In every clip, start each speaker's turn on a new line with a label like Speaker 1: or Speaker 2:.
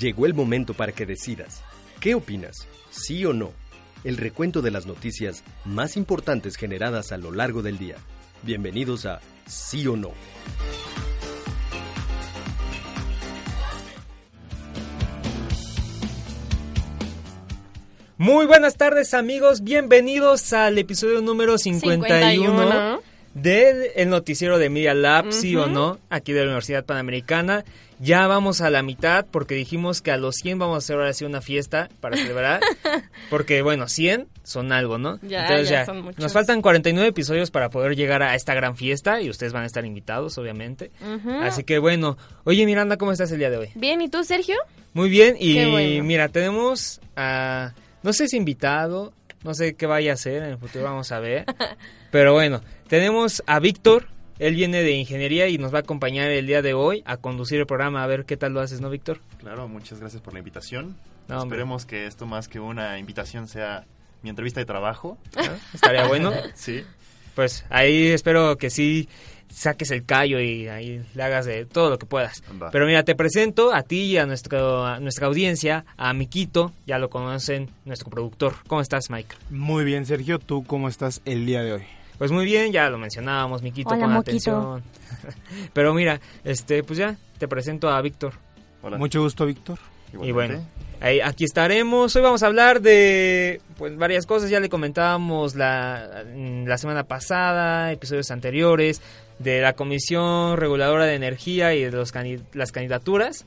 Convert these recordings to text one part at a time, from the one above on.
Speaker 1: Llegó el momento para que decidas. ¿Qué opinas? ¿Sí o no? el recuento de las noticias más importantes generadas a lo largo del día. Bienvenidos a Sí o No.
Speaker 2: Muy buenas tardes amigos, bienvenidos al episodio número 51,
Speaker 3: 51.
Speaker 2: del el noticiero de Media Lab, sí o no, aquí de la Universidad Panamericana. Ya vamos a la mitad porque dijimos que a los 100 vamos a hacer ahora sí una fiesta para celebrar, porque bueno, 100 son algo, ¿no?
Speaker 3: Ya, ya son muchos.
Speaker 2: nos faltan 49 episodios para poder llegar a esta gran fiesta y ustedes van a estar invitados, obviamente.
Speaker 3: Ujú.
Speaker 2: Así que bueno, oye Miranda, ¿cómo estás el día de hoy?
Speaker 3: Bien, ¿y tú, Sergio?
Speaker 2: Muy bien, y
Speaker 3: Qué bueno.
Speaker 2: mira, tenemos a, no sé si invitado, no sé qué vaya a ser en el futuro, vamos a ver. Pero bueno, tenemos a Víctor, él viene de ingeniería y nos va a acompañar el día de hoy a conducir el programa, a ver qué tal lo haces, ¿no, Víctor?
Speaker 4: Claro, muchas gracias por la invitación.
Speaker 2: No, hombre.
Speaker 4: Esperemos que esto más que una invitación sea mi entrevista de trabajo.
Speaker 2: Ah, Estaría bueno.
Speaker 4: Sí.
Speaker 2: Pues ahí espero que sí saques el callo y ahí le hagas de todo lo que puedas.
Speaker 4: Va.
Speaker 2: Pero mira, te presento a ti y a, nuestro, a nuestra audiencia, a Miquito, ya lo conocen, nuestro productor. ¿Cómo estás, Mike?
Speaker 5: Muy bien, Sergio, ¿tú cómo estás el día de hoy?
Speaker 2: Pues muy bien, ya lo mencionábamos, Miquito,
Speaker 6: Hola,
Speaker 2: con
Speaker 6: Moquito.
Speaker 2: atención. Pero mira, este, pues ya, te presento a Víctor.
Speaker 4: Hola.
Speaker 5: Mucho gusto, Víctor.
Speaker 2: Y
Speaker 4: Igualmente.
Speaker 2: bueno, ahí- aquí estaremos. Hoy vamos a hablar de pues, varias cosas. Ya le comentábamos la, la semana pasada, episodios anteriores, de la Comisión Reguladora de Energía y de los cani- las candidaturas.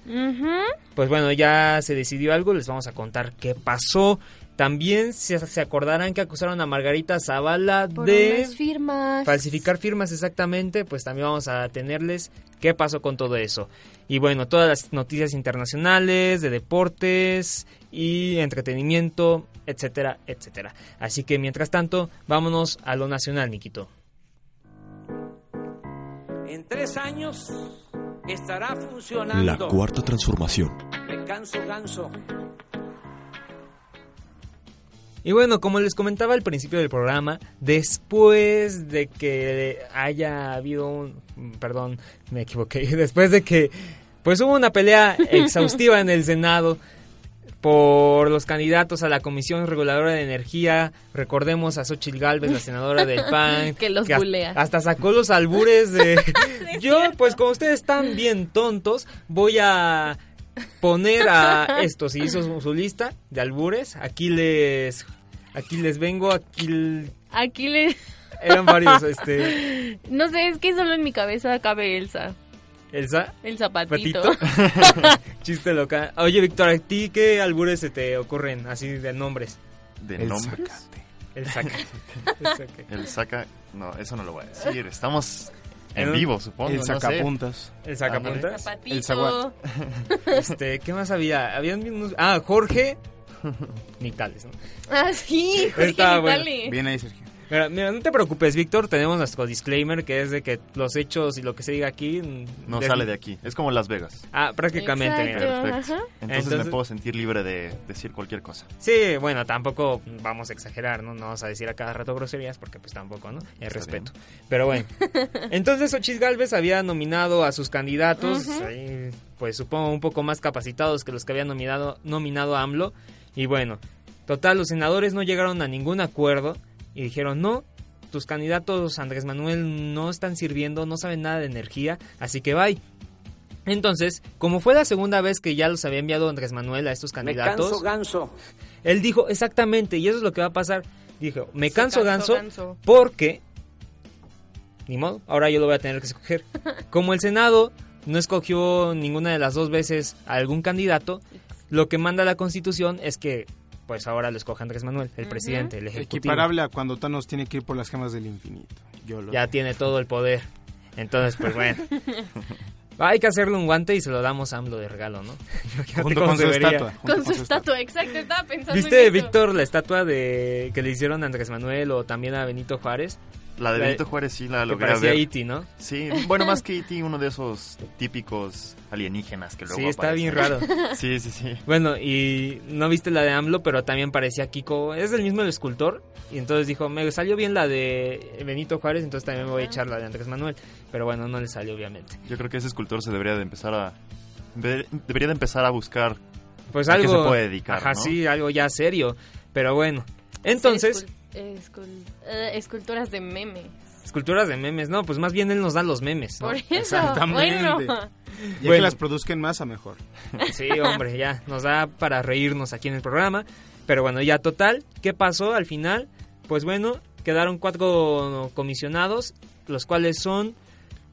Speaker 2: Pues bueno, ya se decidió algo, les vamos a contar qué pasó. También se, se acordarán que acusaron a Margarita Zavala
Speaker 3: Por
Speaker 2: de...
Speaker 3: unas firmas.
Speaker 2: Falsificar firmas exactamente, pues también vamos a tenerles qué pasó con todo eso. Y bueno, todas las noticias internacionales, de deportes y entretenimiento, etcétera, etcétera. Así que mientras tanto, vámonos a lo nacional, Niquito.
Speaker 7: En tres años estará
Speaker 8: La
Speaker 7: funcionando.
Speaker 8: cuarta transformación.
Speaker 7: Me canso ganso.
Speaker 2: Y bueno, como les comentaba al principio del programa, después de que haya habido un... Perdón, me equivoqué. Después de que pues hubo una pelea exhaustiva en el Senado por los candidatos a la Comisión Reguladora de Energía. Recordemos a Xochitl Galvez, la senadora del PAN.
Speaker 3: Que los
Speaker 2: ha-
Speaker 3: bulea.
Speaker 2: Hasta sacó los albures de... Yo, pues como ustedes están bien tontos, voy a poner a estos y hizo su, su lista de albures. Aquí les aquí les vengo, aquí l-
Speaker 3: Aquí le...
Speaker 2: eran varios este
Speaker 3: No sé, es que solo en mi cabeza cabe Elsa.
Speaker 2: Elsa
Speaker 3: El zapatito.
Speaker 2: Patito. Chiste local. Oye, Víctor, ¿a ti qué albures se te ocurren así de nombres?
Speaker 4: De
Speaker 5: El
Speaker 4: nombres.
Speaker 5: sacate.
Speaker 2: El saca. El saca.
Speaker 4: El saca. No, eso no lo voy a decir. Estamos
Speaker 2: En
Speaker 4: en
Speaker 2: un-
Speaker 4: vivo, supongo.
Speaker 5: El
Speaker 4: no
Speaker 5: sacapuntas.
Speaker 2: El sacapuntas.
Speaker 3: Zapatito.
Speaker 5: El zaguán.
Speaker 2: Este, ¿qué más había? Habían unos- ah, Jorge Nitales, ¿no?
Speaker 3: Ah, sí, Jorge
Speaker 2: Está bueno.
Speaker 3: Vitale.
Speaker 5: Bien ahí, Sergio.
Speaker 2: Mira, mira, no te preocupes, Víctor, tenemos nuestro disclaimer que es de que los hechos y lo que se diga aquí
Speaker 4: sé. No sale de aquí. Es como Las Vegas.
Speaker 2: Ah, prácticamente, mira.
Speaker 3: Exacto.
Speaker 4: Perfecto.
Speaker 3: ajá.
Speaker 4: Entonces, me
Speaker 2: Entonces-
Speaker 4: puedo sentir libre de decir cualquier cosa.
Speaker 2: Sí, bueno, tampoco vamos a exagerar, ¿no? No vamos a decir a cada rato groserías porque pues tampoco, ¿no? El
Speaker 4: Está
Speaker 2: respeto. Pero bueno. Entonces Ochis Galvez había nominado a sus candidatos, ahí, pues supongo un poco más capacitados que los que había nominado, nominado a AMLO. Y bueno, total, los senadores no llegaron a ningún acuerdo y dijeron, no, tus candidatos Andrés Manuel no están sirviendo, no saben nada de energía, así que bye. Entonces, como fue la segunda vez que ya los había enviado Andrés Manuel a estos
Speaker 7: Me canso
Speaker 2: candidatos,
Speaker 7: ganso.
Speaker 2: él dijo exactamente, y eso es lo que va a pasar. Dijo, me
Speaker 3: Se
Speaker 2: canso,
Speaker 3: cansó
Speaker 2: ganso, porque, ni modo, ahora yo lo voy a tener que escoger. Como el Senado no escogió ninguna de las dos veces a algún candidato, lo que manda la Constitución es que, pues ahora lo escoja Andrés Manuel, el
Speaker 3: Ujú.
Speaker 2: presidente, el ejecutivo.
Speaker 5: Equiparable a cuando Thanos tiene que ir por las gemas del infinito. Yo lo
Speaker 2: Ya tiene todo el poder. Entonces, pues bueno. Hay que hacerle un guante y se lo damos a AMLO de regalo, ¿no? Imagínate
Speaker 5: Junto
Speaker 2: cómo
Speaker 5: con
Speaker 2: se
Speaker 5: su
Speaker 2: vería.
Speaker 5: estatua. junto
Speaker 3: Con su estatua, exacto, estaba pensando en
Speaker 2: ¿Viste,
Speaker 3: eso.
Speaker 2: Víctor, la estatua de que le hicieron a Andrés Manuel o también a Benito Juárez?
Speaker 4: La de
Speaker 2: La-
Speaker 4: Benito Juárez sí la
Speaker 2: Que
Speaker 4: logré
Speaker 2: parecía E
Speaker 4: ver.
Speaker 2: Iti, ¿no?
Speaker 4: Sí, bueno, más que E.T., uno de esos típicos alienígenas que luego
Speaker 2: Sí, está bien
Speaker 4: aparecen.
Speaker 2: raro.
Speaker 4: Sí, sí, sí.
Speaker 2: Bueno, y no viste la de AMLO, pero también parecía Kiko. Es el mismo el escultor. Y entonces dijo, me salió bien la de Benito Juárez, entonces también me voy a echar la de Andrés Manuel. Pero bueno, no le salió, obviamente.
Speaker 4: Yo creo que ese escultor se debería de empezar a... ver- Debería de empezar a buscar
Speaker 2: Pues
Speaker 4: a
Speaker 2: algo...
Speaker 4: qué se puede dedicar,
Speaker 2: Ajá,
Speaker 4: ¿no?
Speaker 2: sí, algo ya serio. Pero bueno.
Speaker 3: Hacer
Speaker 2: Entonces,
Speaker 3: escul- eh, escul- eh, esculturas de meme.
Speaker 2: esculturas de memes, no, pues más bien él nos da los memes. ¿no?
Speaker 3: Por eso.
Speaker 5: exactamente.
Speaker 3: Bueno.
Speaker 5: Ya
Speaker 2: Bueno.
Speaker 5: que las produzcan más, a mejor.
Speaker 2: Sí, hombre, ya nos da para reírnos aquí en el programa. Pero bueno, ya total, ¿qué pasó al final? Pues bueno, quedaron cuatro comisionados, los cuales son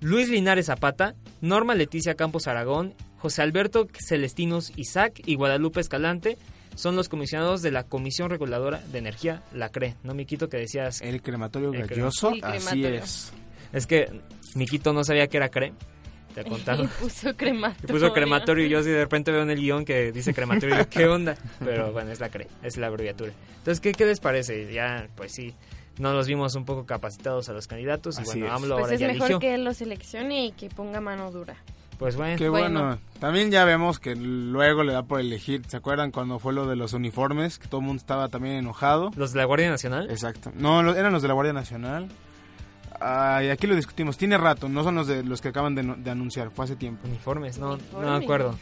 Speaker 2: Luis Linares Zapata, Norma Leticia Campos Aragón, José Alberto Celestinos Isaac y Guadalupe Escalante. Son los comisionados de la Comisión Reguladora de Energía, la CRE. No, Miquito, que decías.
Speaker 5: El crematorio
Speaker 2: El
Speaker 5: galloso,
Speaker 3: crema- El
Speaker 5: así
Speaker 3: crematorio.
Speaker 5: es.
Speaker 2: Es que Miquito no sabía que era CRE. Te
Speaker 3: Y
Speaker 2: contaron.
Speaker 3: puso crematorio.
Speaker 2: Y puso crematorio y yo así de repente veo en el guión que dice crematorio y yo, ¿qué onda? Pero bueno, es la CRE, es la abreviatura. Entonces, ¿qué, qué les parece? Ya, pues sí, no los vimos un poco capacitados a los candidatos y
Speaker 5: Así
Speaker 2: bueno,
Speaker 5: es.
Speaker 2: AMLO
Speaker 3: Pues
Speaker 2: ahora
Speaker 3: es
Speaker 2: ya
Speaker 3: mejor
Speaker 2: eligió.
Speaker 3: que él lo seleccione y que ponga mano dura.
Speaker 2: Pues bueno,
Speaker 5: Qué
Speaker 3: Bueno.
Speaker 5: bueno. También ya vemos que luego le da por elegir. ¿Se acuerdan cuando fue lo de los uniformes? Que todo el mundo estaba también enojado.
Speaker 2: los de la Guardia Nacional.
Speaker 5: Exacto. No, lo- eran los de la Guardia Nacional. Ah, y aquí lo discutimos. Tiene rato, no son los de los que acaban de, no- de anunciar. Fue hace tiempo.
Speaker 2: Uniformes, no, no
Speaker 3: Uniformes.
Speaker 2: me acuerdo.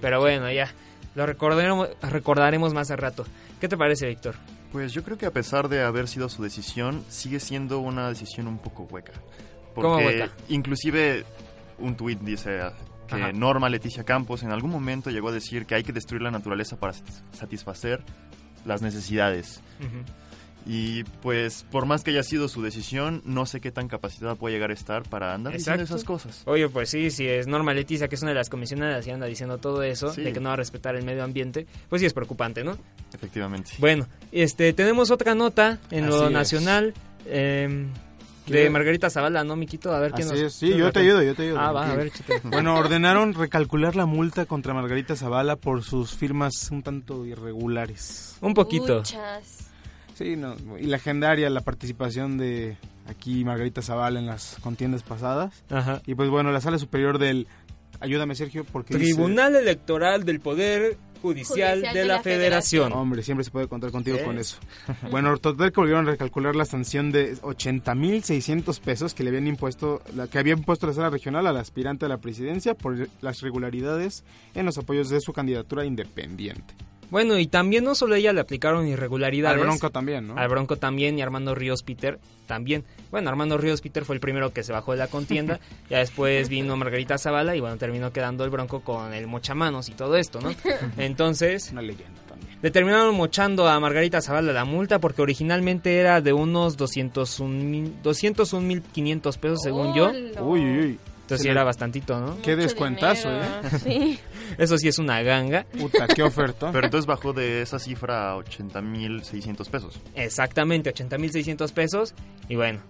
Speaker 2: Pero bueno, ya, lo recordaremos, recordaremos más al rato. ¿Qué te parece, Víctor?
Speaker 4: Pues yo creo que a pesar de haber sido su decisión, sigue siendo una decisión un poco hueca. Porque
Speaker 2: ¿Cómo hueca?
Speaker 4: inclusive un tuit dice ah, que
Speaker 2: Ajá.
Speaker 4: Norma Leticia Campos en algún momento llegó a decir que hay que destruir la naturaleza para satis- satisfacer las necesidades. Y pues por más que haya sido su decisión, no sé qué tan capacitada puede llegar a estar para andar diciendo
Speaker 2: Exacto.
Speaker 4: esas cosas.
Speaker 2: Oye, pues sí, si es Norma Leticia, que es una de las comisionadas y anda diciendo todo eso,
Speaker 4: Sí.
Speaker 2: de que no va a respetar el medio ambiente, pues sí es preocupante, ¿no?
Speaker 4: Efectivamente.
Speaker 2: Bueno, este, tenemos otra nota en
Speaker 5: Así
Speaker 2: lo
Speaker 5: es.
Speaker 2: nacional em, de
Speaker 5: ¿Qué?
Speaker 2: Margarita Zavala, ¿no, Miquito? A ver quién
Speaker 5: Así
Speaker 2: nos-
Speaker 5: es. Sí,
Speaker 2: quién
Speaker 5: yo
Speaker 2: nos
Speaker 5: te
Speaker 2: la cuenta.
Speaker 5: ayudo, yo te ayudo.
Speaker 2: Ah, va, a
Speaker 5: tranquilo.
Speaker 2: ver, échate.
Speaker 5: Bueno, ordenaron recalcular la multa contra Margarita Zavala por sus firmas un tanto irregulares.
Speaker 2: Un poquito.
Speaker 3: Muchas.
Speaker 5: Sí, no, y legendaria la participación de aquí Margarita Zavala en las contiendas pasadas.
Speaker 2: Ajá.
Speaker 5: Y pues bueno, la sala superior del... Ayúdame Sergio, porque... dice-
Speaker 2: Tribunal Electoral del Poder Judicial,
Speaker 3: Judicial
Speaker 2: de, la, Federación.
Speaker 5: Hombre, siempre se puede contar contigo
Speaker 2: ¿Eh?
Speaker 5: con eso. Bueno, total que volvieron a recalcular la sanción de 80.600 pesos que le habían impuesto, la que había impuesto la sala regional al aspirante a la presidencia por las regularidades en los apoyos de su candidatura independiente.
Speaker 2: Bueno, y también no solo a ella le aplicaron irregularidades.
Speaker 5: Al Bronco también, ¿no?
Speaker 2: Al Bronco también y Armando Ríos Peter también. Bueno, Armando Ríos Peter fue el primero que se bajó de la contienda. ya después vino Margarita Zavala y bueno, terminó quedando el Bronco con el mochamanos y todo esto, ¿no? Entonces,
Speaker 5: Una leyenda también.
Speaker 2: le terminaron mochando a Margarita Zavala la multa porque originalmente era de unos 201.500 201,500 pesos, según yo.
Speaker 3: Hola.
Speaker 5: Uy, uy, uy.
Speaker 2: Entonces
Speaker 5: Se
Speaker 2: sí
Speaker 5: la-
Speaker 2: era bastantito, ¿no?
Speaker 5: Qué
Speaker 3: Mucho
Speaker 5: descuentazo, ¿eh?
Speaker 3: dinero, Sí.
Speaker 2: Eso sí es una ganga.
Speaker 5: Puta, qué oferta.
Speaker 4: Pero entonces bajó de esa cifra a 80.600 pesos.
Speaker 2: Exactamente, 80.600 pesos. Y bueno,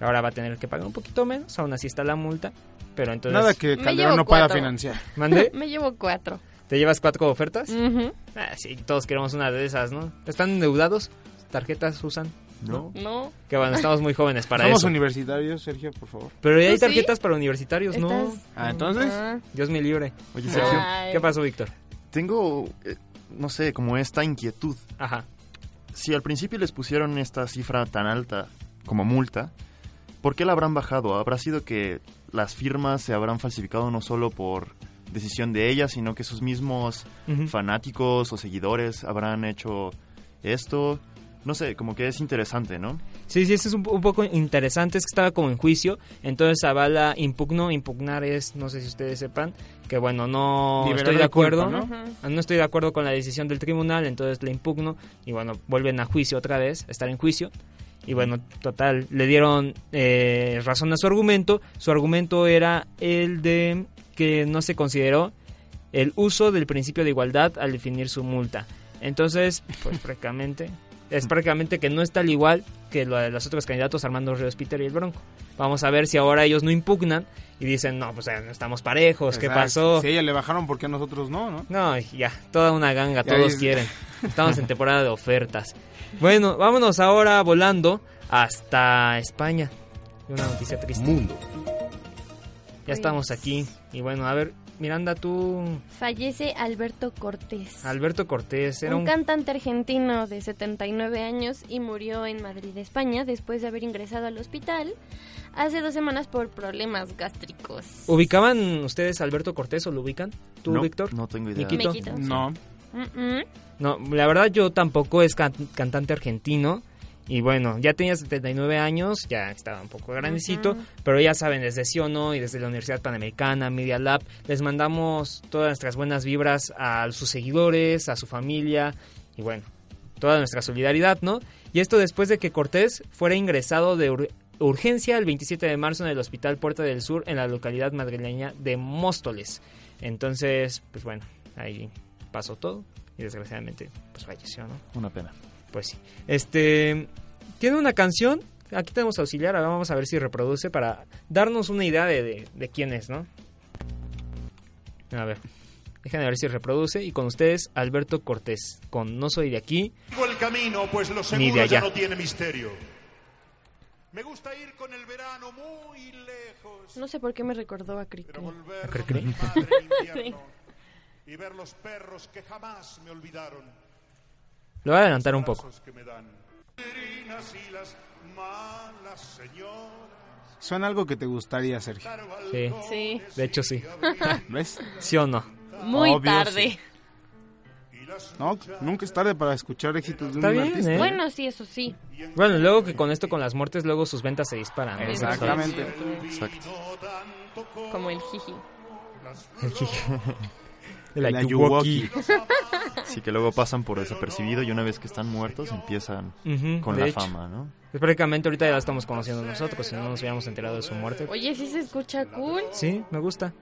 Speaker 2: ahora va a tener que pagar un poquito menos. Aún así está la multa. Pero entonces...
Speaker 5: Nada que
Speaker 3: Me
Speaker 5: Calderón
Speaker 3: llevo
Speaker 5: no pueda
Speaker 3: cuatro.
Speaker 5: financiar.
Speaker 2: ¿Mandé?
Speaker 3: Me llevo cuatro.
Speaker 2: ¿Te llevas cuatro ofertas?
Speaker 3: Ujú.
Speaker 2: Ah, sí, todos queremos una de esas, ¿no? ¿Están endeudados? ¿Tarjetas usan?
Speaker 4: ¿No?
Speaker 3: No.
Speaker 2: Que bueno, estamos muy jóvenes para
Speaker 5: Somos
Speaker 2: eso.
Speaker 5: universitarios, Sergio, por favor.
Speaker 2: Pero ya hay
Speaker 3: ¿Tú Pues sí?
Speaker 2: tarjetas para universitarios, ¿no?
Speaker 3: Estás-
Speaker 5: Ah, entonces,
Speaker 3: Ah.
Speaker 2: Dios me libre.
Speaker 4: Oye,
Speaker 3: Ah.
Speaker 4: Sergio,
Speaker 3: Ay.
Speaker 2: ¿Qué pasó, Víctor?
Speaker 4: tengo, eh, no sé, como esta inquietud.
Speaker 2: Ajá.
Speaker 4: si al principio les pusieron esta cifra tan alta como multa, ¿por qué la habrán bajado? ¿Habrá sido que las firmas se habrán falsificado no solo por decisión de ellas, sino que sus mismos fanáticos o seguidores habrán hecho esto? No sé, como que es interesante, ¿no?
Speaker 2: Sí, sí, eso es un, un poco interesante, es que estaba como en juicio, entonces Zavala impugnó, impugnar es, no sé si ustedes sepan, que bueno, no
Speaker 5: Liberar
Speaker 2: estoy de
Speaker 5: la culpa,
Speaker 2: acuerdo,
Speaker 5: ¿no?
Speaker 3: Ujú.
Speaker 2: Ah, no estoy de acuerdo con la decisión del tribunal, entonces le impugno y bueno, vuelven a juicio otra vez, a estar en juicio. Y bueno, total, le dieron eh, razón a su argumento. Su argumento era el de que no se consideró el uso del principio de igualdad al definir su multa. Entonces, pues prácticamente, es prácticamente que no está al igual que lo de los otros candidatos Armando Ríos Peter y el Bronco. Vamos a ver si ahora ellos no impugnan y dicen, no, pues eh, no estamos parejos, ¿qué
Speaker 5: Exacto.
Speaker 2: pasó?
Speaker 5: Si a ella le bajaron, ¿por qué a nosotros no? no?
Speaker 2: No, ya, toda una ganga,
Speaker 5: Ya
Speaker 2: todos
Speaker 5: es-
Speaker 2: quieren. Estamos en temporada de ofertas. Bueno, vámonos ahora volando hasta España. Una noticia triste.
Speaker 1: Mundo.
Speaker 2: Ya estamos aquí. Y bueno, a ver, Miranda, tú,
Speaker 3: Fallece Alberto Cortés.
Speaker 2: Alberto Cortés, era
Speaker 3: un
Speaker 2: un...
Speaker 3: cantante argentino de 79 años y murió en Madrid, España, después de haber ingresado al hospital hace dos semanas por problemas gástricos.
Speaker 2: ¿Ubicaban ustedes a Alberto Cortés o lo ubican? ¿Tú,
Speaker 4: No,
Speaker 2: Víctor?
Speaker 4: No tengo idea.
Speaker 2: Nikito.
Speaker 3: Me quito.
Speaker 5: No.
Speaker 3: Mm-mm.
Speaker 2: No, la verdad yo tampoco es can- cantante argentino. Y bueno, ya tenía 79 años, ya estaba un poco grandecito,
Speaker 3: Ujú.
Speaker 2: pero ya saben, desde sí o no y desde la Universidad Panamericana, Media Lab, les mandamos todas nuestras buenas vibras a sus seguidores, a su familia y bueno, toda nuestra solidaridad, ¿no? Y esto después de que Cortés fuera ingresado de ur- urgencia el 27 de marzo en el Hospital Puerta del Sur en la localidad madrileña de Móstoles. Entonces, pues bueno, ahí pasó todo y desgraciadamente pues falleció, ¿no?
Speaker 4: Una pena.
Speaker 2: Pues sí. Este tiene una canción, aquí tenemos auxiliar, ahora vamos a ver si reproduce para darnos una idea de, de- de quién es, ¿no? A ver. Déjenme ver si reproduce y con ustedes Alberto Cortés con No soy de aquí.
Speaker 6: Sigo el camino, pues lo
Speaker 2: Ni de
Speaker 6: seguro
Speaker 2: allá.
Speaker 6: ya no tiene misterio. Me gusta ir con el verano muy lejos,
Speaker 3: No sé por qué me recordó a Cricri.
Speaker 6: pero volver
Speaker 2: Creo
Speaker 6: donde
Speaker 2: que-
Speaker 6: mi madre en invierno y ver los perros que jamás me olvidaron.
Speaker 2: Lo voy a adelantar un poco.
Speaker 6: abrazos que me dan. Madrinas y las malas señoras,
Speaker 5: Suena algo que te gustaría, Sergio.
Speaker 6: dar
Speaker 2: Sí.
Speaker 3: Sí,
Speaker 2: De hecho sí.
Speaker 6: balcones
Speaker 5: ¿Ves?
Speaker 2: ¿Sí o no?
Speaker 3: muy
Speaker 5: Obvio,
Speaker 3: tarde.
Speaker 5: sí.
Speaker 6: y las
Speaker 5: No, nunca es tarde para escuchar éxitos de
Speaker 2: Está
Speaker 5: un
Speaker 2: bien,
Speaker 5: artista.
Speaker 2: ¿eh?
Speaker 3: Bueno, sí, eso sí.
Speaker 2: Bueno, luego que con esto con las muertes luego sus ventas se disparan. ¿no?
Speaker 5: Exactamente.
Speaker 4: Exacto.
Speaker 3: Como el jiji.
Speaker 2: La
Speaker 5: La
Speaker 2: Yuwoki.
Speaker 5: Yuwoki.
Speaker 4: Sí, que luego pasan por desapercibido y una vez que están muertos empiezan
Speaker 2: Ujú,
Speaker 4: con
Speaker 2: de
Speaker 4: la
Speaker 2: hecho.
Speaker 4: fama, ¿no?
Speaker 2: Pues prácticamente ahorita ya la estamos conociendo nosotros, si no nos hubiéramos enterado de su muerte.
Speaker 3: Oye, sí se escucha cool.
Speaker 2: Sí, me gusta.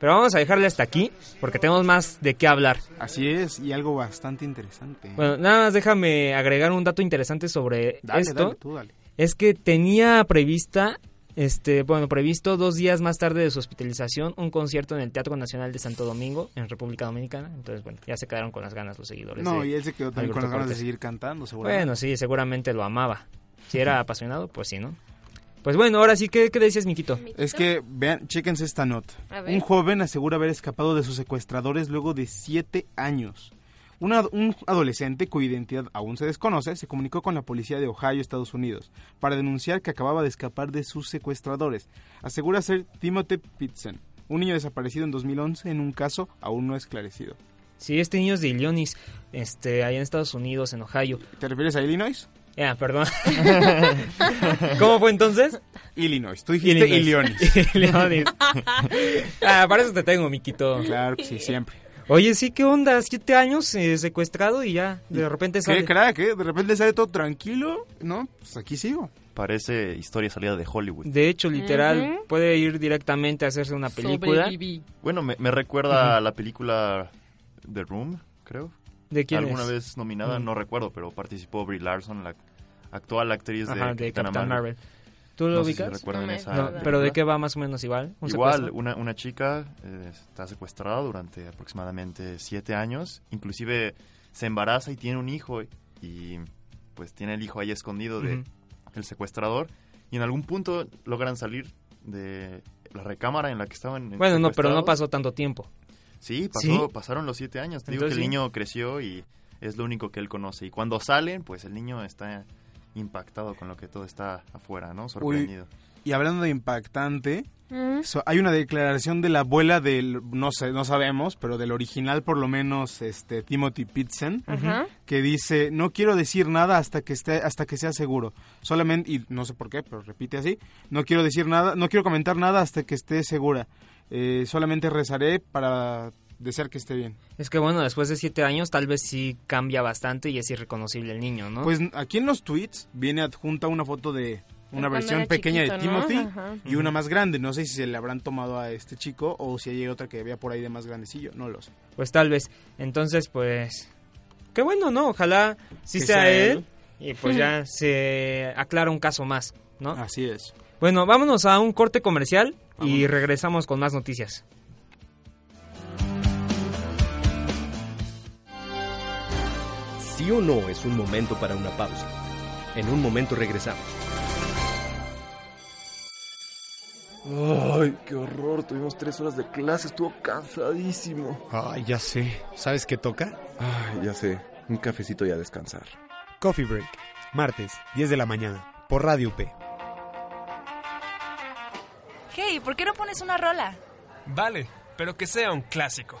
Speaker 2: Pero vamos a dejarle hasta aquí porque tenemos más de qué hablar.
Speaker 5: Así es, y algo bastante interesante.
Speaker 2: Bueno, nada más déjame agregar un dato interesante sobre
Speaker 5: dale,
Speaker 2: esto.
Speaker 5: dale, tú dale.
Speaker 2: Es que tenía prevista, este, bueno, previsto dos días más tarde de su hospitalización, un concierto en el Teatro Nacional de Santo Domingo, en República Dominicana. Entonces, bueno, ya se quedaron con las ganas los seguidores.
Speaker 5: No,
Speaker 2: de-
Speaker 5: y él se quedó también
Speaker 2: Alberto
Speaker 5: con las ganas de
Speaker 2: Cortés.
Speaker 5: seguir cantando, seguramente.
Speaker 2: Bueno, sí, seguramente lo amaba. Si era apasionado, pues sí, ¿no? Pues bueno, ahora sí, ¿qué, qué decías, Miquito?
Speaker 5: Es que, vean, chéquense esta nota.
Speaker 3: A ver.
Speaker 5: Un joven asegura haber escapado de sus secuestradores luego de siete años. Un ad- un adolescente, cuya identidad aún se desconoce, se comunicó con la policía de Ohio, Estados Unidos, para denunciar que acababa de escapar de sus secuestradores. Asegura ser Timothy Pitsen, un niño desaparecido en 2011 en un caso aún no esclarecido.
Speaker 2: Sí, este niño es de Illinois, este, allá en Estados Unidos, en Ohio.
Speaker 5: ¿Te refieres a Illinois?
Speaker 2: Ah, perdón. ¿Cómo fue entonces?
Speaker 5: Illinois, tú dijiste Illinois.
Speaker 2: Illinois. ah, para eso te tengo, Miquito.
Speaker 5: Claro que sí, siempre.
Speaker 2: Oye, sí, ¿qué onda? Siete años eh, secuestrado y ya, de repente sale.
Speaker 5: ¿Qué crack, eh? De repente sale todo tranquilo. No, pues aquí sigo.
Speaker 4: Parece historia salida de Hollywood.
Speaker 2: De hecho, literal,
Speaker 3: Ujú.
Speaker 2: puede ir directamente a hacerse una película.
Speaker 3: Sobreviví.
Speaker 4: Bueno, me, me recuerda a la película The Room, creo.
Speaker 2: ¿De quién
Speaker 4: Alguna
Speaker 2: es?
Speaker 4: vez nominada,
Speaker 2: Mm.
Speaker 4: no recuerdo, pero participó Brie Larson, la actual actriz de,
Speaker 2: Ajá, de
Speaker 4: Capitana
Speaker 2: Captain
Speaker 4: Marvel.
Speaker 2: Marvel. ¿Tú lo
Speaker 4: No sé si
Speaker 2: ubicas?
Speaker 4: recuerdan
Speaker 3: No me
Speaker 4: esa
Speaker 2: No,
Speaker 3: acuerdo.
Speaker 2: pero ¿de
Speaker 4: película.
Speaker 2: qué va más o menos igual? ¿Un
Speaker 4: Igual,
Speaker 2: secuestro?
Speaker 4: una, una chica eh, está secuestrada durante aproximadamente siete años. Inclusive se embaraza y tiene un hijo. Y pues tiene el hijo ahí escondido de,
Speaker 2: Ujú.
Speaker 4: el secuestrador. Y en algún punto logran salir de la recámara en la que estaban.
Speaker 2: Bueno, no, pero no
Speaker 4: secuestrados.
Speaker 2: pasó tanto tiempo.
Speaker 4: Sí, pasó,
Speaker 2: ¿Sí?
Speaker 4: pasaron los siete años. Te digo que
Speaker 2: Entonces,
Speaker 4: el
Speaker 2: sí.
Speaker 4: niño creció y es lo único que él conoce. Y cuando salen, pues el niño está impactado con lo que todo está afuera, ¿no? Sorprendido.
Speaker 5: Y hablando de impactante,
Speaker 3: Mm.
Speaker 5: So, hay una declaración de la abuela del, no sé, no sabemos, pero del original por lo menos, este, Timothy Pitsen,
Speaker 3: Ajá.
Speaker 5: que dice, no quiero decir nada hasta que esté, hasta que sea seguro. Solamente, y no sé por qué, pero repite así, no quiero decir nada, no quiero comentar nada hasta que esté segura. Eh, solamente rezaré para desear que esté bien.
Speaker 2: Es que bueno, después de siete años tal vez sí cambia bastante y es irreconocible el niño, ¿no?
Speaker 5: Pues aquí en los tweets viene adjunta una foto de una
Speaker 3: Cuando
Speaker 5: versión
Speaker 3: era
Speaker 5: pequeña de
Speaker 3: chiquito, ¿no?
Speaker 5: Timothy
Speaker 3: Ajá.
Speaker 5: y una más grande. No sé si se le habrán tomado a este chico o si hay otra que había por ahí de más grandecillo. No lo sé.
Speaker 2: Pues tal vez. Entonces, pues... Qué bueno, ¿no? Ojalá sí
Speaker 5: Que
Speaker 2: sea,
Speaker 5: sea
Speaker 2: él.
Speaker 5: él.
Speaker 2: Y pues ya se aclara un caso más, ¿no?
Speaker 5: Así es.
Speaker 2: Bueno, vámonos a un corte comercial y regresamos con más noticias.
Speaker 1: Sí o no es un momento para una pausa. En un momento regresamos.
Speaker 8: Ay, qué horror. Tuvimos tres horas de clase. Estuvo cansadísimo.
Speaker 9: Ay, ya sé. ¿Sabes qué toca?
Speaker 8: Ay, ya sé. Un cafecito y a descansar.
Speaker 9: Coffee Break. Martes, 10 de la mañana. Por Radio P.
Speaker 10: Hey, ¿por qué no pones una rola?
Speaker 11: Vale, pero que sea un clásico.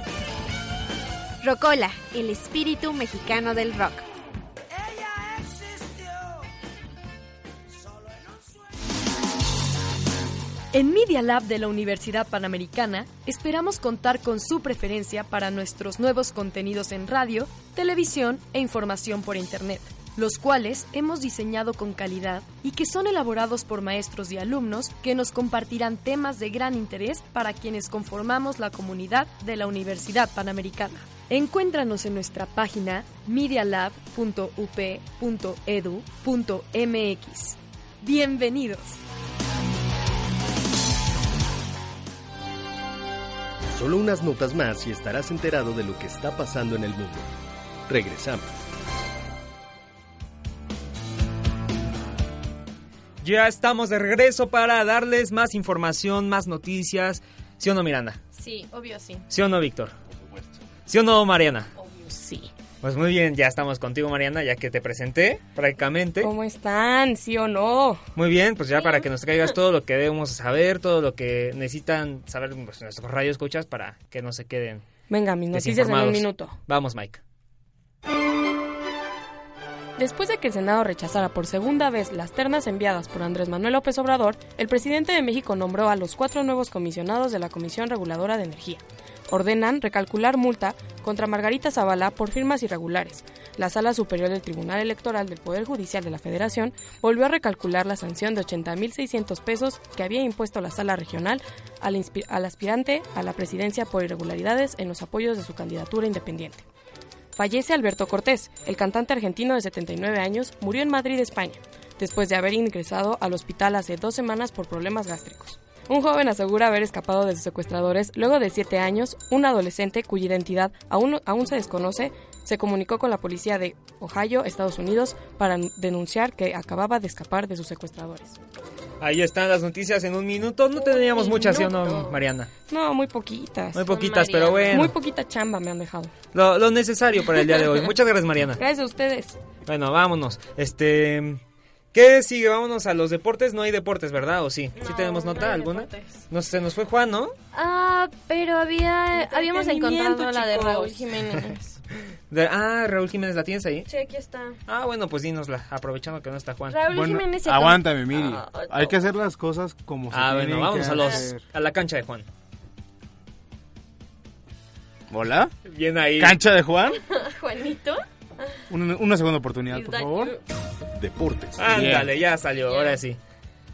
Speaker 12: Rocola, el espíritu mexicano del rock.
Speaker 13: En Media Lab de la Universidad Panamericana esperamos contar con su preferencia para nuestros nuevos contenidos en radio, televisión e información por Internet, los cuales hemos diseñado con calidad y que son elaborados por maestros y alumnos que nos compartirán temas de gran interés para quienes conformamos la comunidad de la Universidad Panamericana. Encuéntranos en nuestra página e medialab.up.edu.mx. Bienvenidos.
Speaker 1: Solo unas notas más y estarás enterado de lo que está pasando en el mundo. Regresamos.
Speaker 2: Ya estamos de regreso para darles más información, más noticias. ¿Sí o no, Miranda?
Speaker 3: Sí, obvio sí.
Speaker 2: ¿Sí o no, Víctor? Por supuesto. ¿Sí o no, Mariana?
Speaker 3: Obvio sí.
Speaker 2: Pues muy bien, ya estamos contigo, Mariana, ya que te presenté prácticamente.
Speaker 3: ¿Cómo están? ¿Sí o no?
Speaker 2: Muy bien, pues ya para que nos traigas todo lo que debemos saber, todo lo que necesitan saber pues, nuestros radio escuchas para que no se queden.
Speaker 3: Venga, mis noticias en un
Speaker 2: desinformados.
Speaker 3: minuto.
Speaker 2: Vamos, Mike.
Speaker 14: Después de que el Senado rechazara por segunda vez las ternas enviadas por Andrés Manuel López Obrador, el presidente de México nombró a los cuatro nuevos comisionados de la Comisión Reguladora de Energía. Ordenan recalcular multa contra Margarita Zavala por firmas irregulares. La Sala Superior del Tribunal Electoral del Poder Judicial de la Federación volvió a recalcular la sanción de 80.600 pesos que había impuesto la Sala Regional al, inspi- al aspirante a la presidencia por irregularidades en los apoyos de su candidatura independiente. Fallece Alberto Cortés, el cantante argentino de 79 años, murió en Madrid, España, después de haber ingresado al hospital hace dos semanas por problemas gástricos. Un joven asegura haber escapado de sus secuestradores luego de siete años. Un adolescente, cuya identidad aún, aún se desconoce, se comunicó con la policía de Ohio, Estados Unidos, para denunciar que acababa de escapar de sus secuestradores.
Speaker 2: Ahí están las noticias en un minuto. No teníamos muchas, ¿sí o no, Mariana?
Speaker 14: No, muy poquitas.
Speaker 2: Muy poquitas, pero bueno.
Speaker 14: Muy poquita chamba me han dejado.
Speaker 2: Lo, lo necesario para el día de hoy. Muchas gracias, Mariana.
Speaker 14: Gracias a ustedes.
Speaker 2: Bueno, vámonos. Este. ¿Qué sigue? Vámonos a los deportes. No hay deportes, ¿verdad? ¿O sí? ¿Sí tenemos nota alguna? No, se nos fue Juan, ¿no?
Speaker 3: Ah, pero había, habíamos encontrado la de Raúl Jiménez.
Speaker 2: De- ah, Raúl Jiménez, ¿la tienes ahí?
Speaker 3: Sí, aquí está.
Speaker 2: Ah, bueno, pues dínosla, aprovechando que no está Juan.
Speaker 3: Raúl Jiménez se con-
Speaker 5: aguántame, Miri.
Speaker 3: Ah, no.
Speaker 5: Hay que hacer las cosas como se
Speaker 2: Ah, bueno,
Speaker 5: tienen
Speaker 2: vámonos
Speaker 5: que
Speaker 2: a los
Speaker 5: hacer.
Speaker 2: a la cancha de Juan.
Speaker 5: ¿Hola?
Speaker 2: Bien ahí.
Speaker 5: ¿Cancha de Juan?
Speaker 3: Juanito.
Speaker 5: Un- una segunda oportunidad, por favor.
Speaker 1: Deportes.
Speaker 2: Ándale, ya salió, ahora sí.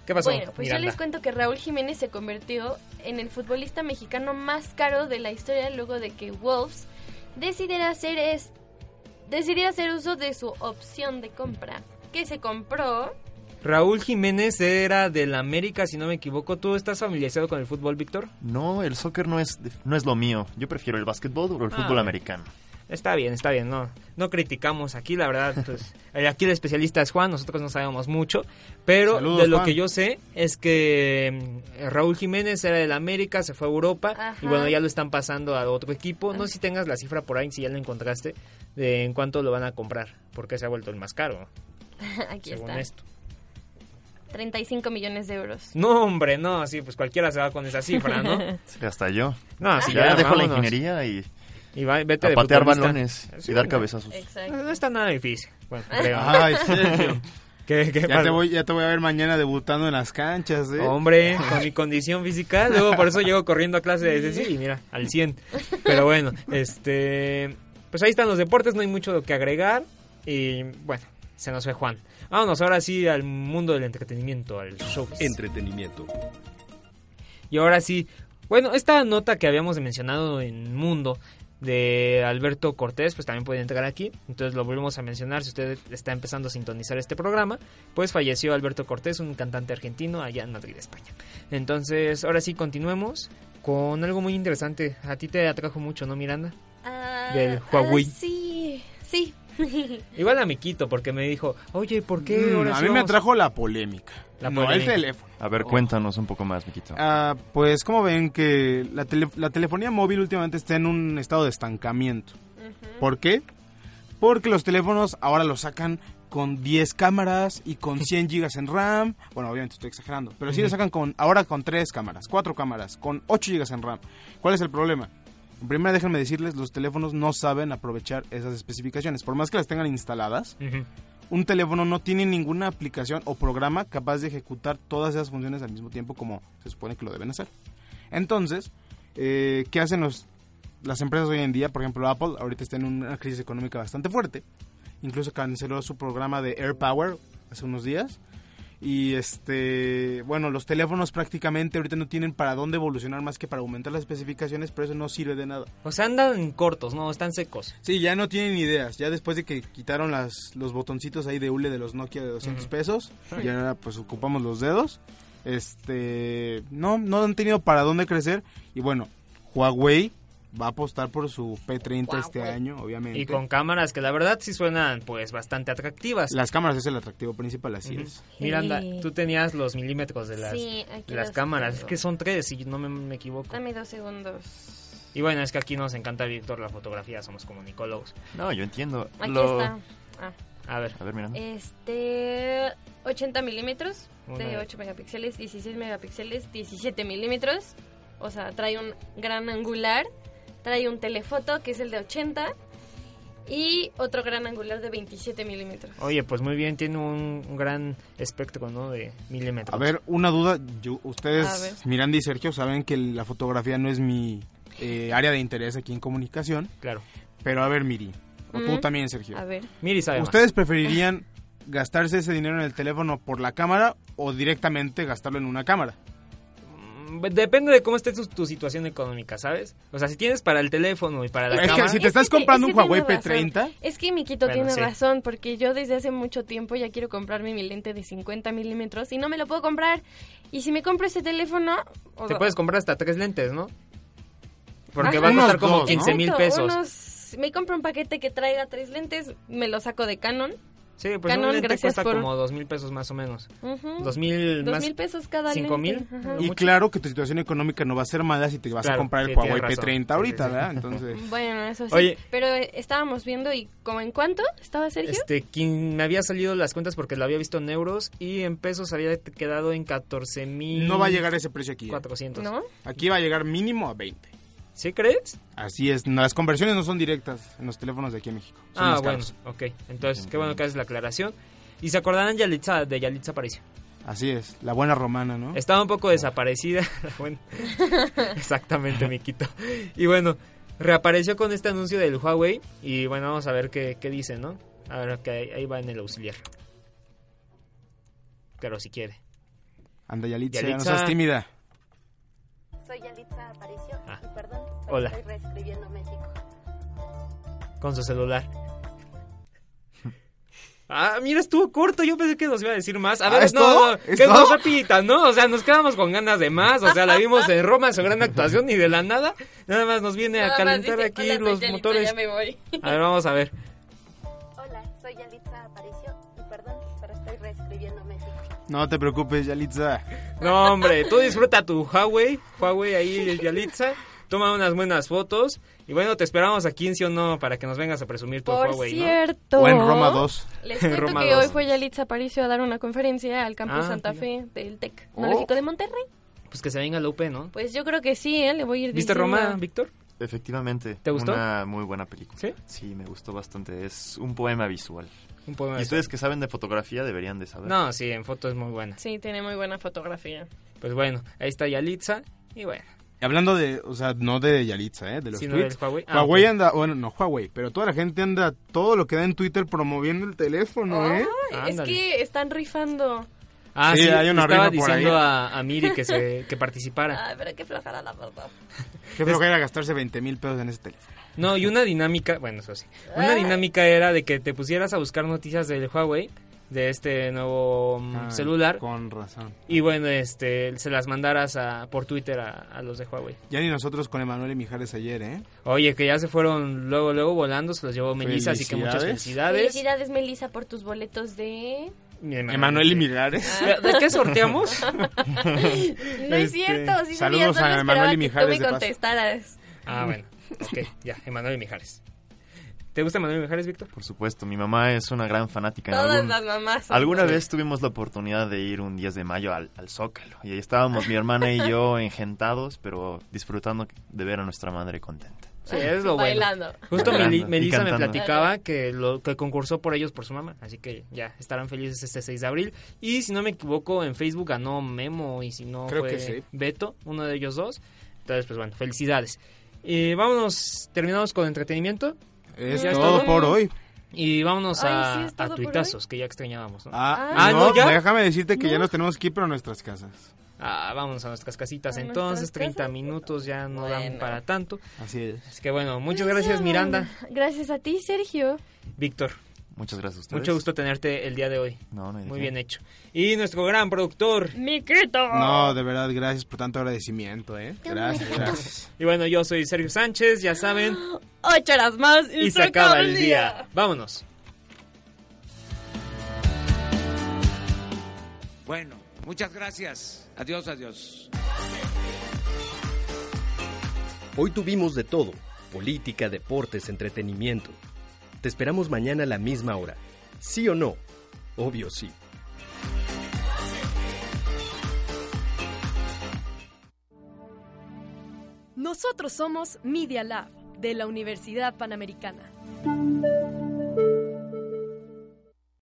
Speaker 2: ¿Qué pasó?
Speaker 3: Bueno, pues yo
Speaker 2: Miranda?
Speaker 3: les cuento que Raúl Jiménez se convirtió en el futbolista mexicano más caro de la historia luego de que Wolves decidiera hacer es decidiera hacer uso de su opción de compra, que se compró
Speaker 2: Raúl Jiménez era del América, si no me equivoco. ¿Tú estás familiarizado con el fútbol, Víctor?
Speaker 4: No, el soccer no es, no es lo mío. Yo prefiero el básquetbol o el
Speaker 2: Ah,
Speaker 4: fútbol
Speaker 2: ok.
Speaker 4: americano.
Speaker 2: Está bien, está bien, no, no criticamos aquí, la verdad, pues, eh, aquí el especialista es Juan, nosotros no sabemos mucho, pero
Speaker 4: Saludos,
Speaker 2: de lo
Speaker 4: Juan.
Speaker 2: que yo sé es que mm, Raúl Jiménez era del América, se fue a Europa y bueno, ya lo están pasando a otro equipo, no sé si tengas la cifra por ahí, si ya la encontraste, de en cuánto lo van a comprar, porque se ha vuelto el más caro,
Speaker 3: Aquí
Speaker 2: según
Speaker 3: está.
Speaker 2: esto.
Speaker 3: 35 millones de euros.
Speaker 2: No, hombre, no, sí, pues cualquiera se va con esa cifra, ¿no?
Speaker 4: Sí, Hasta yo.
Speaker 2: No, Ah, sí,
Speaker 4: ya,
Speaker 2: ya,
Speaker 4: dejo la
Speaker 2: vámonos.
Speaker 4: ingeniería y,
Speaker 2: Y va- vete
Speaker 4: a
Speaker 2: de
Speaker 4: patear
Speaker 2: futbolista.
Speaker 4: balones
Speaker 2: Sí,
Speaker 4: y dar
Speaker 2: no.
Speaker 4: cabezazos.
Speaker 2: No, no está nada difícil. Bueno, creo.
Speaker 5: Ay, Sergio.
Speaker 2: ¿Qué- qué
Speaker 5: ya,
Speaker 2: pasa?
Speaker 5: te voy, ya te voy a ver mañana debutando en las canchas, ¿eh?
Speaker 2: Hombre, con mi condición física, luego por eso llego corriendo a clase de sí y mira, al 100. Pero bueno, este pues ahí están los deportes, no hay mucho que agregar y bueno, se nos fue Juan. Vámonos ahora sí al mundo del entretenimiento, al show.
Speaker 1: Entretenimiento.
Speaker 2: Y ahora sí, bueno, esta nota que habíamos mencionado en Mundo de Alberto Cortés, pues también puede entrar aquí. Entonces lo volvemos a mencionar si usted está empezando a sintonizar este programa. Pues falleció Alberto Cortés, un cantante argentino allá en Madrid, España. Entonces, ahora sí, continuemos con algo muy interesante. A ti te atrajo mucho, ¿no, Miranda?
Speaker 3: Ah,
Speaker 2: Del Huawei.
Speaker 3: ah, sí, sí.
Speaker 2: Igual a mi quito, porque me dijo, oye, ¿por qué?
Speaker 5: Mm,
Speaker 2: ahora
Speaker 5: a
Speaker 2: sí
Speaker 5: mí me
Speaker 2: vamos-"
Speaker 5: atrajo la polémica.
Speaker 2: La
Speaker 5: no el
Speaker 2: polémica.
Speaker 5: teléfono.
Speaker 4: A ver, cuéntanos un poco más, Miquito.
Speaker 5: Ah, pues como ven que la, tele- la telefonía móvil últimamente está en un estado de estancamiento. ¿Por qué? Porque los teléfonos ahora los sacan con 10 cámaras y con 100 gigas en RAM. Bueno, obviamente estoy exagerando, pero sí lo
Speaker 9: Ujú.
Speaker 5: sacan con ahora con 3 cámaras, 4 cámaras, con 8 gigas en RAM. ¿Cuál es el problema? Primero déjenme decirles, los teléfonos no saben aprovechar esas especificaciones. Por más que las tengan instaladas, un teléfono no tiene ninguna aplicación o programa capaz de ejecutar todas esas funciones al mismo tiempo como se supone que lo deben hacer. Entonces, eh, ¿qué hacen los- las empresas hoy en día? Por ejemplo, Apple ahorita está en una crisis económica bastante fuerte. Incluso canceló su programa de Air Power hace unos días. Y este, bueno, los teléfonos prácticamente ahorita no tienen para dónde evolucionar más que para aumentar las especificaciones, pero eso no sirve de nada.
Speaker 2: O sea, andan cortos, ¿no? Están secos.
Speaker 5: Sí, ya no tienen ideas. Ya después de que quitaron las, los botoncitos ahí de hule de los Nokia de 200
Speaker 2: Ujú.
Speaker 5: pesos, y ahora pues ocupamos los dedos. Este, no, no han tenido para dónde crecer. Y bueno, Huawei va a apostar por su P30 este año, obviamente.
Speaker 2: Y con cámaras que la verdad sí suenan pues bastante atractivas.
Speaker 5: Las cámaras es el atractivo principal, así
Speaker 2: Ujú.
Speaker 5: es.
Speaker 2: Miranda,
Speaker 3: Sí.
Speaker 2: tú tenías los milímetros de las,
Speaker 3: Sí, aquí
Speaker 2: de las
Speaker 3: los
Speaker 2: cámaras.
Speaker 3: tengo.
Speaker 2: Es que son tres, si no me, me equivoco.
Speaker 3: Dame dos segundos.
Speaker 2: Y bueno, es que aquí nos encanta, Víctor, la fotografía. Somos comunicólogos.
Speaker 4: No, yo entiendo.
Speaker 3: Aquí
Speaker 4: Lo-
Speaker 3: está. Ah,
Speaker 2: A ver.
Speaker 4: A ver, Miranda.
Speaker 3: este 80 milímetros
Speaker 4: Una de-
Speaker 3: de 8 megapíxeles, 16 megapíxeles, 17 milímetros. O sea, trae un gran angular, trae un telefoto que es el de 80 y otro gran angular de 27 milímetros.
Speaker 2: Oye, pues muy bien, tiene un, un gran espectro, ¿no? De milímetros.
Speaker 5: A ver, una duda.
Speaker 2: A
Speaker 5: yo-
Speaker 2: ver.
Speaker 5: ustedes, Miranda y Sergio, saben que la fotografía no es mi eh, área de interés aquí en comunicación.
Speaker 2: Claro.
Speaker 5: Pero a ver, Miri. O tú
Speaker 3: Mm.
Speaker 5: también, Sergio.
Speaker 3: A ver.
Speaker 2: Miri sabe más.
Speaker 5: ¿Ustedes preferirían gastarse ese dinero en el teléfono por la cámara o directamente gastarlo en una cámara?
Speaker 2: Mm, Depende de cómo esté tu, tu situación económica, ¿sabes? O sea, si tienes para el teléfono y para la
Speaker 5: Es que
Speaker 2: cámara...
Speaker 5: si te estás
Speaker 3: que-
Speaker 5: comprando
Speaker 3: es
Speaker 5: un
Speaker 3: que
Speaker 5: Huawei
Speaker 3: tiene razón.
Speaker 5: P30.
Speaker 3: Es que Miquito
Speaker 2: Bueno,
Speaker 3: tiene
Speaker 2: sí.
Speaker 3: razón, porque yo desde hace mucho tiempo ya quiero comprarme mi lente de 50 milímetros y no me lo puedo comprar. Y si me compro este teléfono... o-
Speaker 2: Te puedes comprar hasta tres lentes, ¿no? Porque
Speaker 5: Ah,
Speaker 3: Ajá.
Speaker 2: va a costar
Speaker 3: Unos
Speaker 2: como
Speaker 3: dos,
Speaker 2: 15 mil
Speaker 3: Exacto,
Speaker 2: pesos.
Speaker 3: unos- me compro un paquete que traiga tres lentes, me lo saco de Canon.
Speaker 2: Sí, pues
Speaker 3: Canon,
Speaker 2: un lente
Speaker 3: gracias
Speaker 2: cuesta
Speaker 3: por-
Speaker 2: como dos mil pesos más o menos.
Speaker 3: Ujú.
Speaker 2: Dos mil
Speaker 3: Dos
Speaker 2: más...
Speaker 3: mil pesos cada
Speaker 2: cinco
Speaker 3: lente.
Speaker 2: mil.
Speaker 3: Ajá.
Speaker 5: Y claro que tu situación económica no va a ser mala si te vas
Speaker 2: Claro,
Speaker 5: a comprar el
Speaker 2: sí,
Speaker 5: Huawei
Speaker 2: tienes razón.
Speaker 5: P30 ahorita,
Speaker 2: Sí, sí, sí.
Speaker 5: ¿verdad? Entonces,
Speaker 3: Bueno, eso sí.
Speaker 2: Oye.
Speaker 3: Pero eh, estábamos viendo y como en cuánto estaba Sergio.
Speaker 2: Este, quien me había salido las cuentas porque lo había visto en euros y en pesos había quedado en 14 mil.
Speaker 5: no va a llegar ese precio aquí. ¿eh?
Speaker 2: 400.
Speaker 5: Aquí va a llegar mínimo a 20.
Speaker 2: ¿Sí crees?
Speaker 5: Así es, no, las conversiones no son directas en los teléfonos de aquí en México. Son
Speaker 2: Ah,
Speaker 5: más
Speaker 2: bueno,
Speaker 5: caros.
Speaker 2: ok. Entonces, qué bueno que haces la aclaración. Y se acordarán Yalitza, de Yalitza Aparicio.
Speaker 5: Así es, la buena romana, ¿no?
Speaker 2: Estaba un poco desaparecida. bueno, exactamente, Miquito. Y bueno, reapareció con este anuncio del Huawei. Y bueno, vamos a ver qué, qué dice, ¿no? A ver, que ahí va en el auxiliar. Claro, si quiere.
Speaker 5: Anda, Yalitza, no
Speaker 2: Yalitza.
Speaker 5: seas tímida.
Speaker 15: Soy Yalitza Aparicio
Speaker 2: Ah.
Speaker 15: y perdón, pero
Speaker 2: hola.
Speaker 15: estoy reescribiendo México.
Speaker 2: Con su celular. Ah, mira, estuvo corto. Yo pensé que nos iba a decir más. A
Speaker 5: Ah,
Speaker 2: ver,
Speaker 5: ¿es
Speaker 2: no,
Speaker 5: todo?
Speaker 2: no,
Speaker 5: ¿Es
Speaker 2: que
Speaker 5: todo?
Speaker 2: nos repita, ¿no? O sea, nos quedamos con ganas de más. O sea, la vimos en Roma en su gran actuación y de la nada, nada más nos viene a
Speaker 3: Nada más
Speaker 2: calentar
Speaker 3: dice,
Speaker 2: aquí
Speaker 3: "Hola, soy
Speaker 2: los
Speaker 3: Yalitza,
Speaker 2: motores.
Speaker 3: Ya me voy.
Speaker 2: A ver, vamos a ver.
Speaker 15: Hola, soy Yalitza Aparicio y perdón, pero estoy reescribiendo México.
Speaker 5: No te preocupes, Yalitza.
Speaker 2: No, hombre, tú disfruta tu Huawei, Huawei ahí, Yalitza. Toma unas buenas fotos. Y bueno, te esperamos aquí en sí o no para que nos vengas a presumir tu
Speaker 3: Por
Speaker 2: Huawei, ¿no?
Speaker 3: cierto.
Speaker 5: O en Roma 2.
Speaker 3: Les cuento
Speaker 2: Roma
Speaker 3: que
Speaker 2: 2.
Speaker 3: hoy fue Yalitza Aparicio a dar una conferencia al campus
Speaker 2: Ah,
Speaker 3: Santa
Speaker 2: mira.
Speaker 3: Fe del TEC
Speaker 2: Oh.
Speaker 3: Analógico de Monterrey.
Speaker 2: Pues que se venga la UP, ¿no?
Speaker 3: Pues yo creo que sí, ¿eh? Le voy a ir
Speaker 2: ¿Viste
Speaker 3: diciendo.
Speaker 2: Roma, Víctor?
Speaker 4: Efectivamente.
Speaker 2: ¿Te gustó?
Speaker 4: Una muy buena película.
Speaker 2: ¿Sí?
Speaker 4: Sí, me gustó bastante. Es un poema visual.
Speaker 2: Un poema
Speaker 4: y ustedes que saben de fotografía deberían de saber.
Speaker 2: No, sí, en foto es muy buena.
Speaker 3: Sí, tiene muy buena fotografía.
Speaker 2: Pues bueno, ahí está Yalitza. Y bueno,
Speaker 5: Y Hablando de, o sea, no de Yalitza, ¿eh? De los
Speaker 2: Sino
Speaker 5: tweets.
Speaker 2: del Huawei. Ah, ok.
Speaker 5: anda, bueno, no Huawei, pero toda la gente anda todo lo que da en Twitter promoviendo el teléfono, ¿eh?
Speaker 3: Ay, es que están rifando.
Speaker 2: Ah,
Speaker 5: Sí,
Speaker 2: sí,
Speaker 5: hay una
Speaker 2: estaba
Speaker 5: rifa por ahí.
Speaker 2: diciendo a, a Miri que, se, que participara.
Speaker 3: Ay, pero qué flojera la verdad.
Speaker 5: Qué flojera gastarse 20 mil pesos en ese teléfono.
Speaker 2: No, y una dinámica, bueno, eso sí.
Speaker 3: Ah.
Speaker 2: Una dinámica era de que te pusieras a buscar noticias del Huawei, de este nuevo mm,
Speaker 5: Ay,
Speaker 2: celular,
Speaker 5: Con razón.
Speaker 2: y bueno, este se las mandaras a, por Twitter a, a los de Huawei.
Speaker 5: Ya ni nosotros con Emanuel y Mijares ayer, ¿eh?
Speaker 2: Oye, que ya se fueron luego, luego volando, se los llevó Melissa, así que muchas
Speaker 3: Felicidades,
Speaker 2: felicidades.
Speaker 3: Melissa, por tus boletos de...
Speaker 5: Emanuel y Mijares.
Speaker 2: ¿De- ¿De qué sorteamos?
Speaker 3: No es cierto, sí
Speaker 5: saludos
Speaker 3: sabías, no
Speaker 5: a
Speaker 3: me
Speaker 5: Emanuel y
Speaker 3: esperaba que tú
Speaker 5: Mijares
Speaker 3: me
Speaker 5: de paso.
Speaker 3: contestaras.
Speaker 2: Ah, bueno. Ok, ya, Emanuel y Mijares. ¿Te gusta Emanuel y Mijares, Víctor?
Speaker 4: Por supuesto, mi mamá es una gran fanática. En
Speaker 3: Todas
Speaker 4: algún-
Speaker 3: las mamás son
Speaker 4: Alguna
Speaker 3: así.
Speaker 4: vez tuvimos la oportunidad de ir un 10 de mayo al, al Zócalo. Y ahí estábamos mi hermana y yo engentados, pero disfrutando de ver a nuestra madre contenta.
Speaker 2: Sí, es lo
Speaker 3: Bailando.
Speaker 2: bueno. Justo
Speaker 4: Bailando
Speaker 2: Meli-
Speaker 4: y
Speaker 2: Melissa me
Speaker 4: cantando.
Speaker 2: platicaba que lo que concursó por ellos por su mamá, así que ya estarán felices este 6 de abril. Y si no me equivoco, en Facebook ganó Memo y si no
Speaker 5: Creo
Speaker 2: fue
Speaker 5: que sí.
Speaker 2: Beto, uno de ellos dos. Entonces, pues bueno, felicidades. Eh, vámonos, terminamos con entretenimiento.
Speaker 5: Es
Speaker 2: ¿Ya
Speaker 5: todo por hoy.
Speaker 2: Y vámonos
Speaker 3: Ay,
Speaker 2: a,
Speaker 3: sí, es
Speaker 2: a
Speaker 3: todo por
Speaker 2: tuitazos, que ya extrañábamos. ¿no?
Speaker 5: Ah,
Speaker 2: Ah,
Speaker 5: no,
Speaker 2: no, ya.
Speaker 5: déjame decirte que ya nos tenemos que ir para nuestras casas.
Speaker 2: Ah, vámonos a nuestras casitas
Speaker 3: A
Speaker 2: entonces,
Speaker 3: nuestras
Speaker 2: 30 minutos ya no dan
Speaker 3: Bueno. Pues
Speaker 2: para tanto.
Speaker 5: Así es.
Speaker 2: Así que bueno, muchas gracias Miranda,
Speaker 3: Gracias a ti, Sergio.
Speaker 2: Víctor.
Speaker 4: Muchas gracias a ustedes.
Speaker 2: Mucho gusto tenerte el día de hoy.
Speaker 4: No, no hay de
Speaker 2: Muy
Speaker 4: qué.
Speaker 2: bien hecho. Y nuestro gran productor.
Speaker 3: ¡Miquito!
Speaker 5: No, de verdad, gracias por tanto agradecimiento, ¿eh? Gracias, gracias.
Speaker 2: Y bueno, yo soy Sergio Sánchez, ya saben.
Speaker 3: Ocho horas más y,
Speaker 2: Y se acaba el día. Vámonos.
Speaker 7: Bueno, muchas gracias. Adiós, adiós.
Speaker 1: Hoy tuvimos de todo, política, deportes, entretenimiento. Te esperamos mañana a la misma hora. ¿Sí o no? Obvio sí.
Speaker 13: Nosotros somos Media Lab de la Universidad Panamericana.